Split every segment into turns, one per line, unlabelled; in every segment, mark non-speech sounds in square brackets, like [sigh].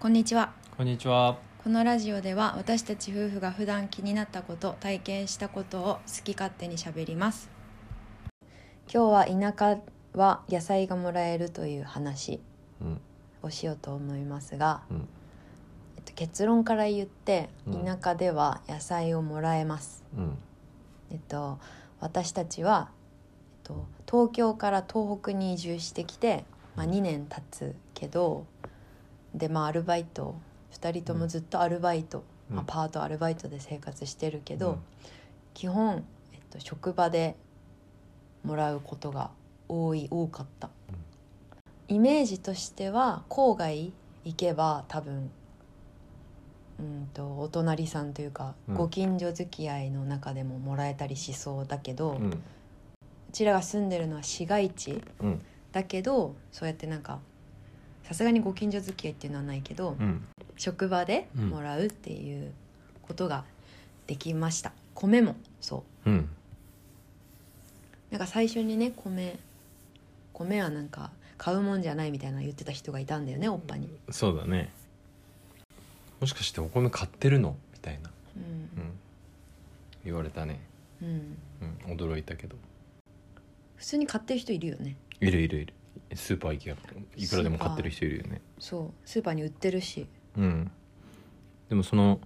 こんにちは
こんにちは。
このラジオでは私たち夫婦が普段気になったこと体験したことを好き勝手にしゃべります今日は田舎は野菜がもらえるという話
うん
をしようと思いますが、
うん
えっと、結論から言って
うん
田舎では野菜をもらえます、
うん
えっと、私たちは、えっと、東京から東北に移住してきて、まあ、2年経つけどでまあアルバイト2人ともずっとアルバイト、
うん
まあ、パートアルバイトで生活してるけど、
うん
基本、えっと、職場でもらうことが多い多かった、イメージとしては郊外行けば多分うんとお隣さんというか、
うん
ご近所付き合いの中でももらえたりしそうだけど、
う
うんちらが住んでるのは市街地
うん
だけどそうやってなんかさすがにご近所付き合いっていうのはないけど、
うん
職場でもらうっていうことができました、米もそう
うん
なんか最初にね米米はなんか買うもんじゃないみたいな言ってた人がいたんだよねおっぱに、
そうだね。もしかしてお米買ってるのみたいな、
う
うんん、言われたね。
うん、
うん驚いたけど。
普通に買ってる人いるよね
いるいるいる。スーパー行きゃいくらでも買ってる人いるよね。
そうスーパーに売ってるし
うん。でもその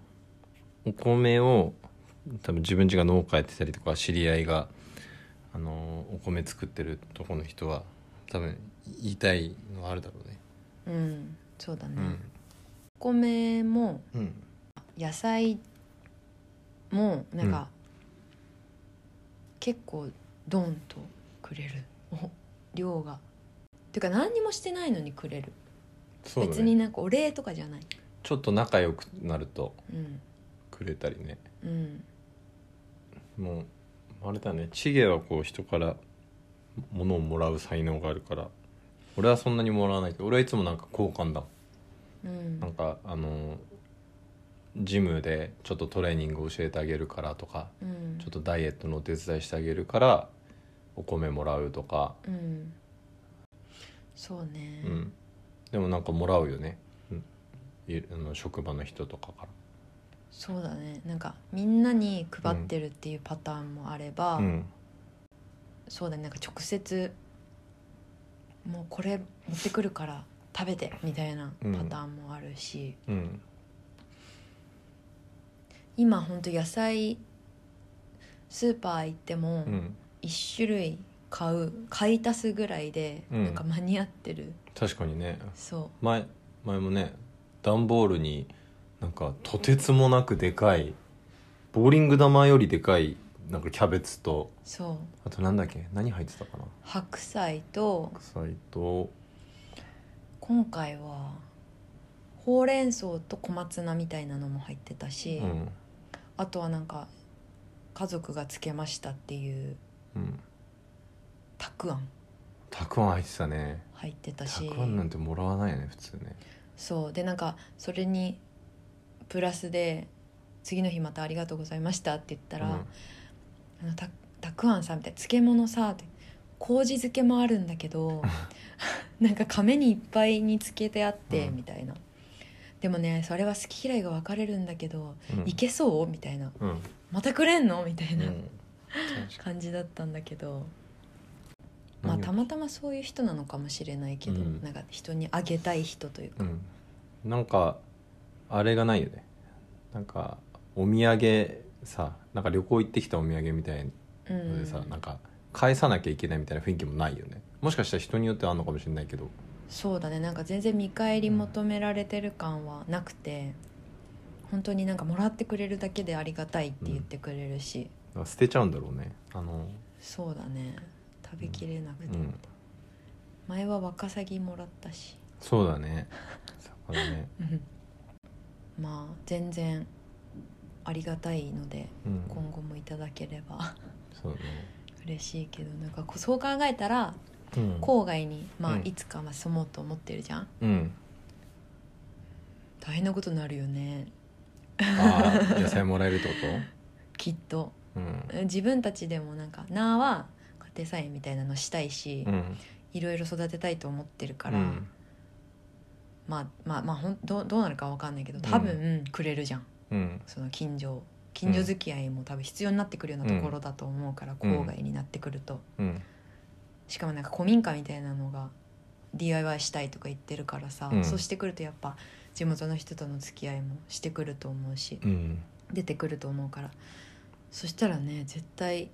お米を多分自分家が農家やってたりとか知り合いがあのお米作ってるとこの人は多分言いたいのはあるだろうね。
うんそうだね、お米も
うん。うん
野菜もなんか、
うん
結構ドンとくれるお量がていうか何にもしてないのにくれる、
そうだね
別になんかお礼とかじゃない
ちょっと仲良くなると
うん
くれたりね
うん
もうあれだねチゲはこう人から物をもらう才能があるから俺はそんなにもらわないけど俺はいつもなんか交換だも
うん
んなんかあのージムでちょっとトレーニング教えてあげるからとか
うん
ちょっとダイエットのお手伝いしてあげるからお米もらうとか、
うんそうね、
うん、でもなんかもらうよね、うん、いあの職場の人とかか
そうだねなんかみんなに配ってるっていうパターンもあれば、
ら、うん、
そうだねなんか直接もうこれ持ってくるから食べてみたいなパターンもあるし、
うん、
今ほんと野菜スーパー行っても
うん、
1種類買う買い足すぐらいで
うん
なんか間に合ってる、
確かにね
そ
前前もね段ボールになんかとてつもなくでかいボーリング玉よりでかいなんかキャベツと
うそう
あとなんだっけ何入ってたかな
白菜と
白菜と
今回はほうれん草と小松菜みたいなのも入ってたし、
うん
あとはなんか家族がつけましたっていう
うん
たくあん
たくあん入ってたね
入ってた
た
し
くあんなんてもらわないよね普通ね
そうでなんかそれにプラスで次の日また「ありがとうございました」って言ったら「あのたたくあんさ」みたいな「漬物さ」って麹漬けもあるんだけ
[laughs]
どなんか亀にいっぱいに漬けてあって、
うん
みたいなでもねそれは好き嫌いが分かれるんだけど、
うん
いけそうみたいな
うん、
またくれんのみたい
うん
な
確か
感じだったんだけど、
に
まあ、たまたまそういう人なのかもしれないけど、
うん
なんか人にあげたい人というか、
うんなんかあれがないよねなんかお土産さなんか旅行行ってきたお土産みたいな
うん
のでさ、なんか返さなきゃいけないみたいな雰囲気もないよねもしかしたら人によってはあるのかもしれないけど
そうだねなんか全然見返り求められてる感はなくて本当になんかもらってくれるだけでありがたいって言ってくれるし、
なんか捨てちゃうんだろうねあの
そうだね食べきれなく
う
て、
ん
前はワカサギもらったし、
そうだね魚ね
うんまあ全然ありがたいので
うん
今後もいただければ [laughs]
そうだね
嬉しいけどなんかこうそう考えたら
うん
郊外に、まあ
うん
いつかまあ住もうと思ってるじゃん
うん
大変なことになるよね
ああ野菜もらえるってこ
きっと
とうん
自分たちでもなんか「なあ」は家庭菜園みたいなのしたいし、
うん
いろいろ育てたいと思ってるから、
うん
まあまあまあほんどうどうなるかわかんないけど多分くれるじゃん、
うん
その近所近所付き合いも多分必要になってくるようなところだと思うから、郊外になってくると
うん
しかもなんか古民家みたいなのが DIY したいとか言ってるからさ、
うん
そうしてくるとやっぱ地元の人との付き合いもしてくると思うし
うん
出てくると思うからそしたらね絶対、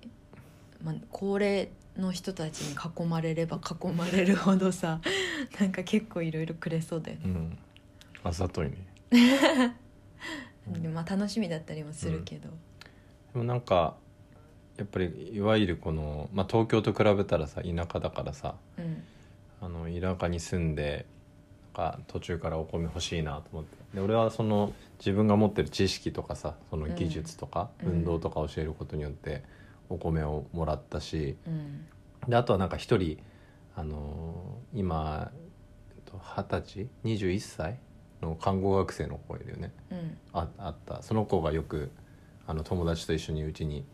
まあ、高齢の人たちに囲まれれば囲まれるほどさ [laughs] なんか結構いろいろくれそうだよね、
うんあざといねうん
でまあ楽しみだったりもするけど、
でもなんかやっぱりいわゆるこの、まあ、東京と比べたらさ田舎だからさ
うん
あの田舎に住んでなんか途中からお米欲しいなと思ってで俺はその自分が持ってる知識とかさその技術とか、
うん
運動とか教えることによってお米をもらったし
うん
であとはなんか一人、あのー今えっと二十歳21歳の看護学生の子いるよね
うん
ああったその子がよくあの友達と一緒にうちに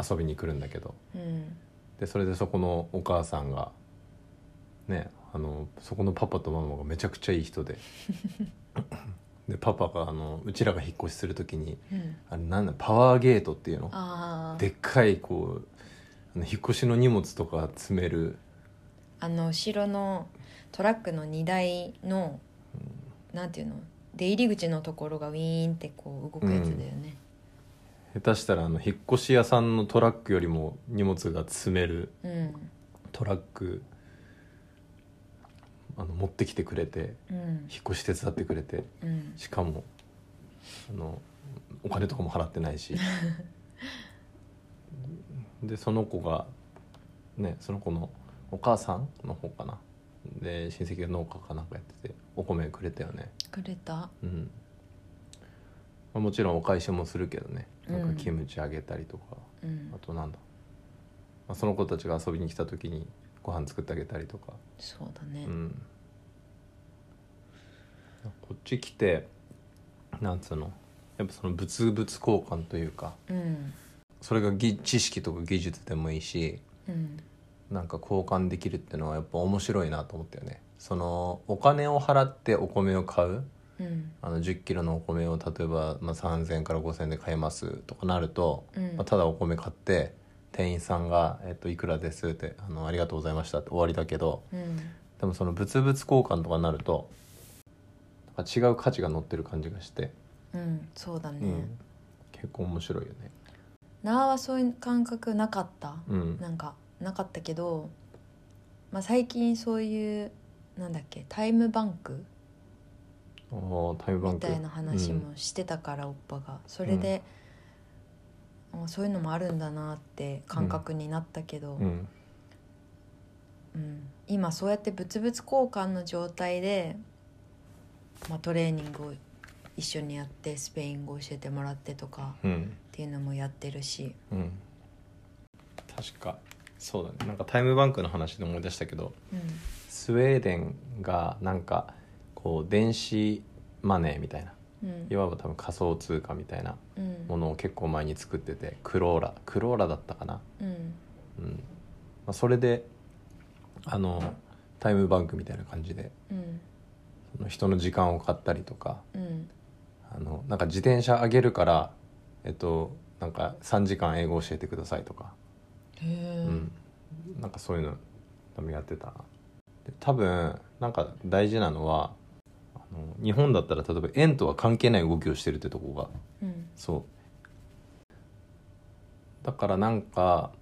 遊びに来るんだけど
うん
でそれでそこのお母さんがねあのそこのパパとママがめちゃくちゃいい人ででパパがあのうちらが引っ越しする時に
うん
あれなんだパワーゲートっていうの
ああ
でっかいこうあの引っ越しの荷物とか詰める
あの後ろのトラックの荷台の、なんていうの出入り口のところがウィーンってこう動くやつだよね、
下手したらあの引っ越し屋さんのトラックよりも荷物が詰める
うん
トラックあの持ってきてくれて
うん
引っ越し手伝ってくれて
うん
しかもあのお金とかも払ってないしでその子がねその子のお母さんの方かなで親戚が農家かなんかやっててお米くれたよね
くれた
うん、まあ、もちろんお返しもするけどねなん
う
か
ん
キムチあげたりとか、
うん
あとなんだ、まあ、その子たちが遊びに来た時にご飯作ってあげたりとか
そうだね
うん、こっち来てなんつうのやっぱその物々交換というか
うん
それが技知識とか技術でもいいし
うん
なんか交換できるってのはやっぱ面白いなと思ったよねそのお金を払ってお米を買う
うん
あの1 0キロのお米を例えば、まあ、3,000円から5,000円で買えますとかなると、
うん
まあ、ただお米買って店員さんが「えっと、いくらです」ってあの「ありがとうございました」って終わりだけど、
うん
でもその物々交換とかになるとなんか違う価値が乗ってる感じがして、
うんそうだね、
うん、結構面白いよね。
なあはそういう感覚なかった、
うん、
なんかなかったけど、まあ、最近そういうなんだっけタイムバンク
あータイムバン
み
ク
たいな話もしてたから、おっぱがそれで、あそういうのもあるんだなって感覚になったけど、
うん、うん
うん今そうやって物々交換の状態で、まあ、トレーニングを一緒にやってスペイン語教えてもらってとか
うん
っていうのもやってるし、
うん確かそうだねなんかタイムバンクの話で思い出したけど
うん
スウェーデンがなんかこう電子マネーみたいな
うん
いわば多分仮想通貨みたいな
うん
ものを結構前に作っててクローラクローラだったかな
うん
うんまあ、それであのタイムバンクみたいな感じで
うん
その人の時間を買ったりとか
うん
あのなんか自転車あげるから、えっと、なんか3時間英語教えてくださいとか、
へえ
うんなんかそういうの多分やってたなで多分なんか大事なのはあの日本だったら例えば円とは関係ない動きをしてるってとこが
うん
そうだからなんか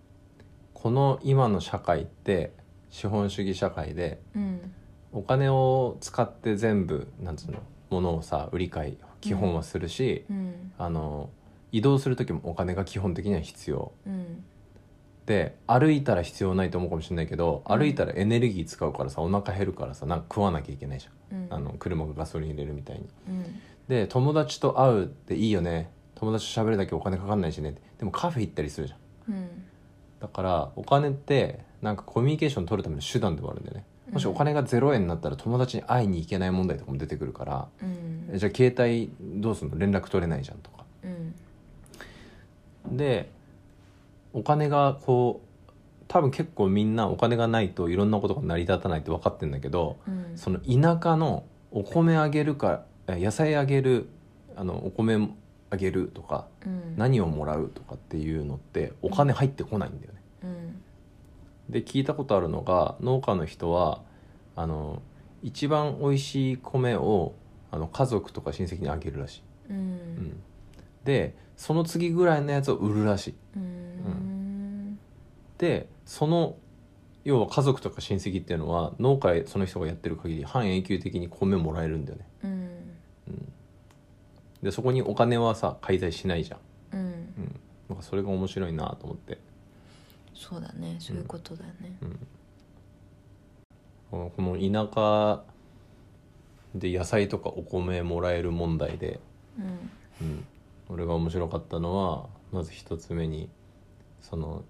この今の社会って資本主義社会で
うん
お金を使って全部なんつうのものをさ売り買い基本はするし、
うん
あの移動する時もお金が基本的には必要
うん
で歩いたら必要ないと思うかもしれないけど
うん
歩いたらエネルギー使うからさお腹減るからさなんか食わなきゃいけないじゃ
うん
んあの車がガソリン入れるみたいに
うん
で友達と会うっていいよね友達と喋るだけお金かかんないしねでもカフェ行ったりするじゃん
うん
だからお金ってなんかコミュニケーション取るための手段でもあるんだよねもしお金が0円になったら友達に会いに行けない問題とかも出てくるから、
うん
えじゃあ携帯どうすんの連絡取れないじゃんとか
うん
でお金がこう多分結構みんなお金がないといろんなことが成り立たないって分かってんだけど
うん
その田舎のお米あげるから野菜あげるあのお米あげるとか
うん
何をもらうとかっていうのってお金入ってこないんだよね。
うん
で聞いたことあるのが農家の人はあの一番美味しい米をあの家族とか親戚にあげるらしい。
う
うんん、でその次ぐらいのやつを売るらしい。
うん
でその要は家族とか親戚っていうのは農家へその人がやってる限り半永久的に米もらえるんだよね。
うん
うん、でそこにお金はさ介在しないじゃん。
うん
うん、なんかそれが面白いなと思って、
そうだねそういうことだよね
うん、このこの田舎で野菜とかお米もらえる問題で、
うん
うん、俺が面白かったのはまず一つ目にその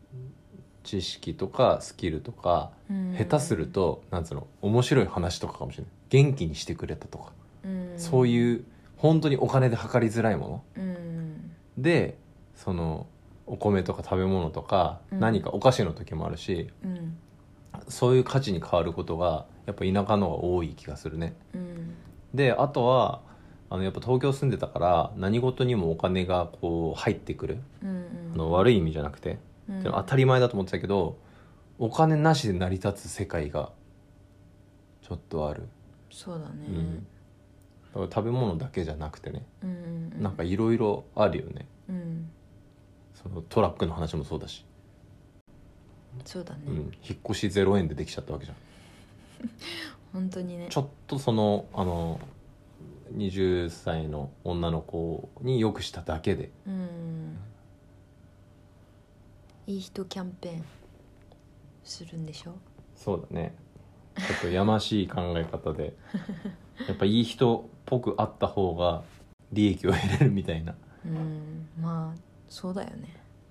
知識とかスキルとか
うん
下手するとなんつうの面白い話とかかもしれない元気にしてくれたとか、
うん
そういう本当にお金で測りづらいも
う
の
ん
でそのお米とか食べ物とか、
うん
何かお菓子の時もあるし
うん
そういう価値に変わることがやっぱ田舎の方が多い気がするね
うん
であとはあのやっぱ東京住んでたから何事にもお金がこう入ってくる
うん
あの悪い意味じゃなくて、
うん
でも当たり前だと思ってたけどお金なしで成り立つ世界がちょっとある、
そうだね
うんだから食べ物だけじゃなくてね、
うんうんうん
なんかいろいろあるよね
うん
そのトラックの話もそうだし、
そうだね
うん、引っ越し0円でできちゃったわけじゃん
本当にね
ちょっとそのあの20歳の女の子によくしただけで
うんいい人キャンペーンするんでしょ
そうだねちょっとやましい考え
[laughs]
方でやっぱいい人っぽくあった方が利益を得れるみたいな
うんまあそうだよね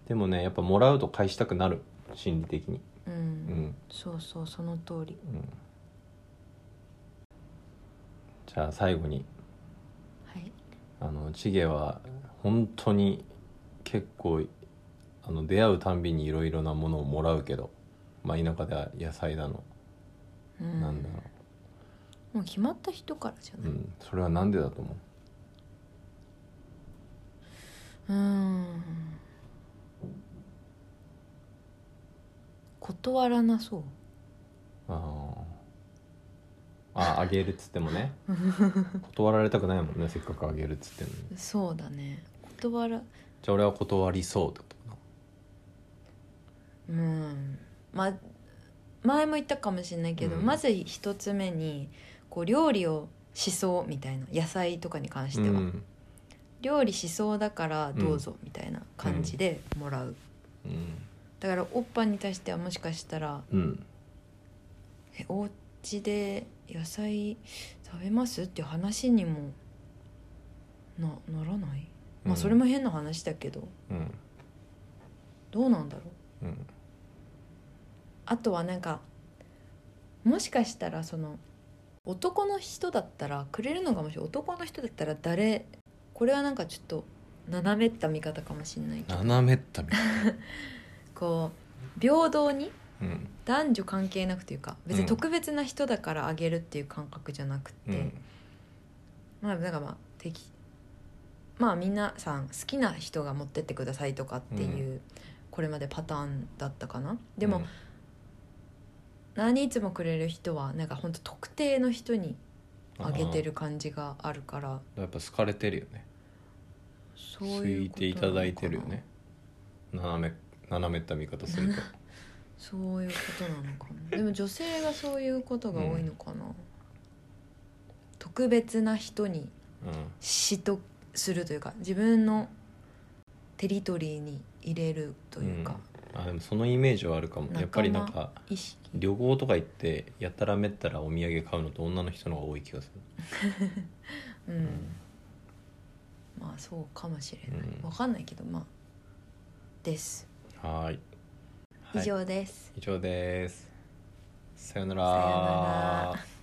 でもねやっぱもらうと返したくなる心理的に
うん、
うん
そうそうその通り
うんじゃあ最後に
はい
あのチゲは本当に結構あの出会うたんびにいろいろなものをもらうけど、まあ、田舎では野菜だの、
うん
なんだろ
もう決まった人からじゃ
う、う
ない
ん、それはなんでだと思
うん断らなそう
うあーああげるっつっても
[laughs]
ね断られたくないもんねせっかくあげるっつってんのに
そうだね断ら
じゃあ俺は断りそうってことかな
うんまあ前も言ったかもしれないけど、
うん
まず一つ目にこう料理をしそうみたいな野菜とかに関しては、
うん
料理しそうだからどうぞみたいな感じでもらう、
うん
だからおっぱに対してはもしかしたら
うん
「えお家で野菜食べます?」っていう話にもなならないまあそれも変な話だけど、
うん
どうなんだろう
うん
あとはなんかもしかしたらその男の人だったらくれるのかもしれない男の人だったら誰これはなんかちょっと斜めった見方かもしれないけど
斜めったみたい
こう平等に
うん
男女関係なくというか別
うん
に特別な人だからあげるっていう感覚じゃなくて、
うん
まあなんかまあ適まあ皆さん好きな人が持ってってくださいとかっていう、これまでパターンだったかなでも、何いつもくれる人はなんか本当特定の人に
うん
あげてる感じがあるから
やっぱ好かれてるよね
そ
つ
ういう
い
こと
てい
なのかな
ただいてるよね斜め斜めった見方すると
[laughs] そういうことなのかなでも女性がそういうことが多いのかな、特別な人に
うん
しとするというか自分のテリトリーに入れるというか、
あでもそのイメージはあるかも
仲間
やっぱりなんか
意識
旅行とか行ってやたらめったらお土産買うのと女の人の方が多い気がす
うん、
る、
まあそうかもしれない、
うん
わかんないけどまあです
はーい
以
はい
上です、
以上ですさよな
さよな
ら
ら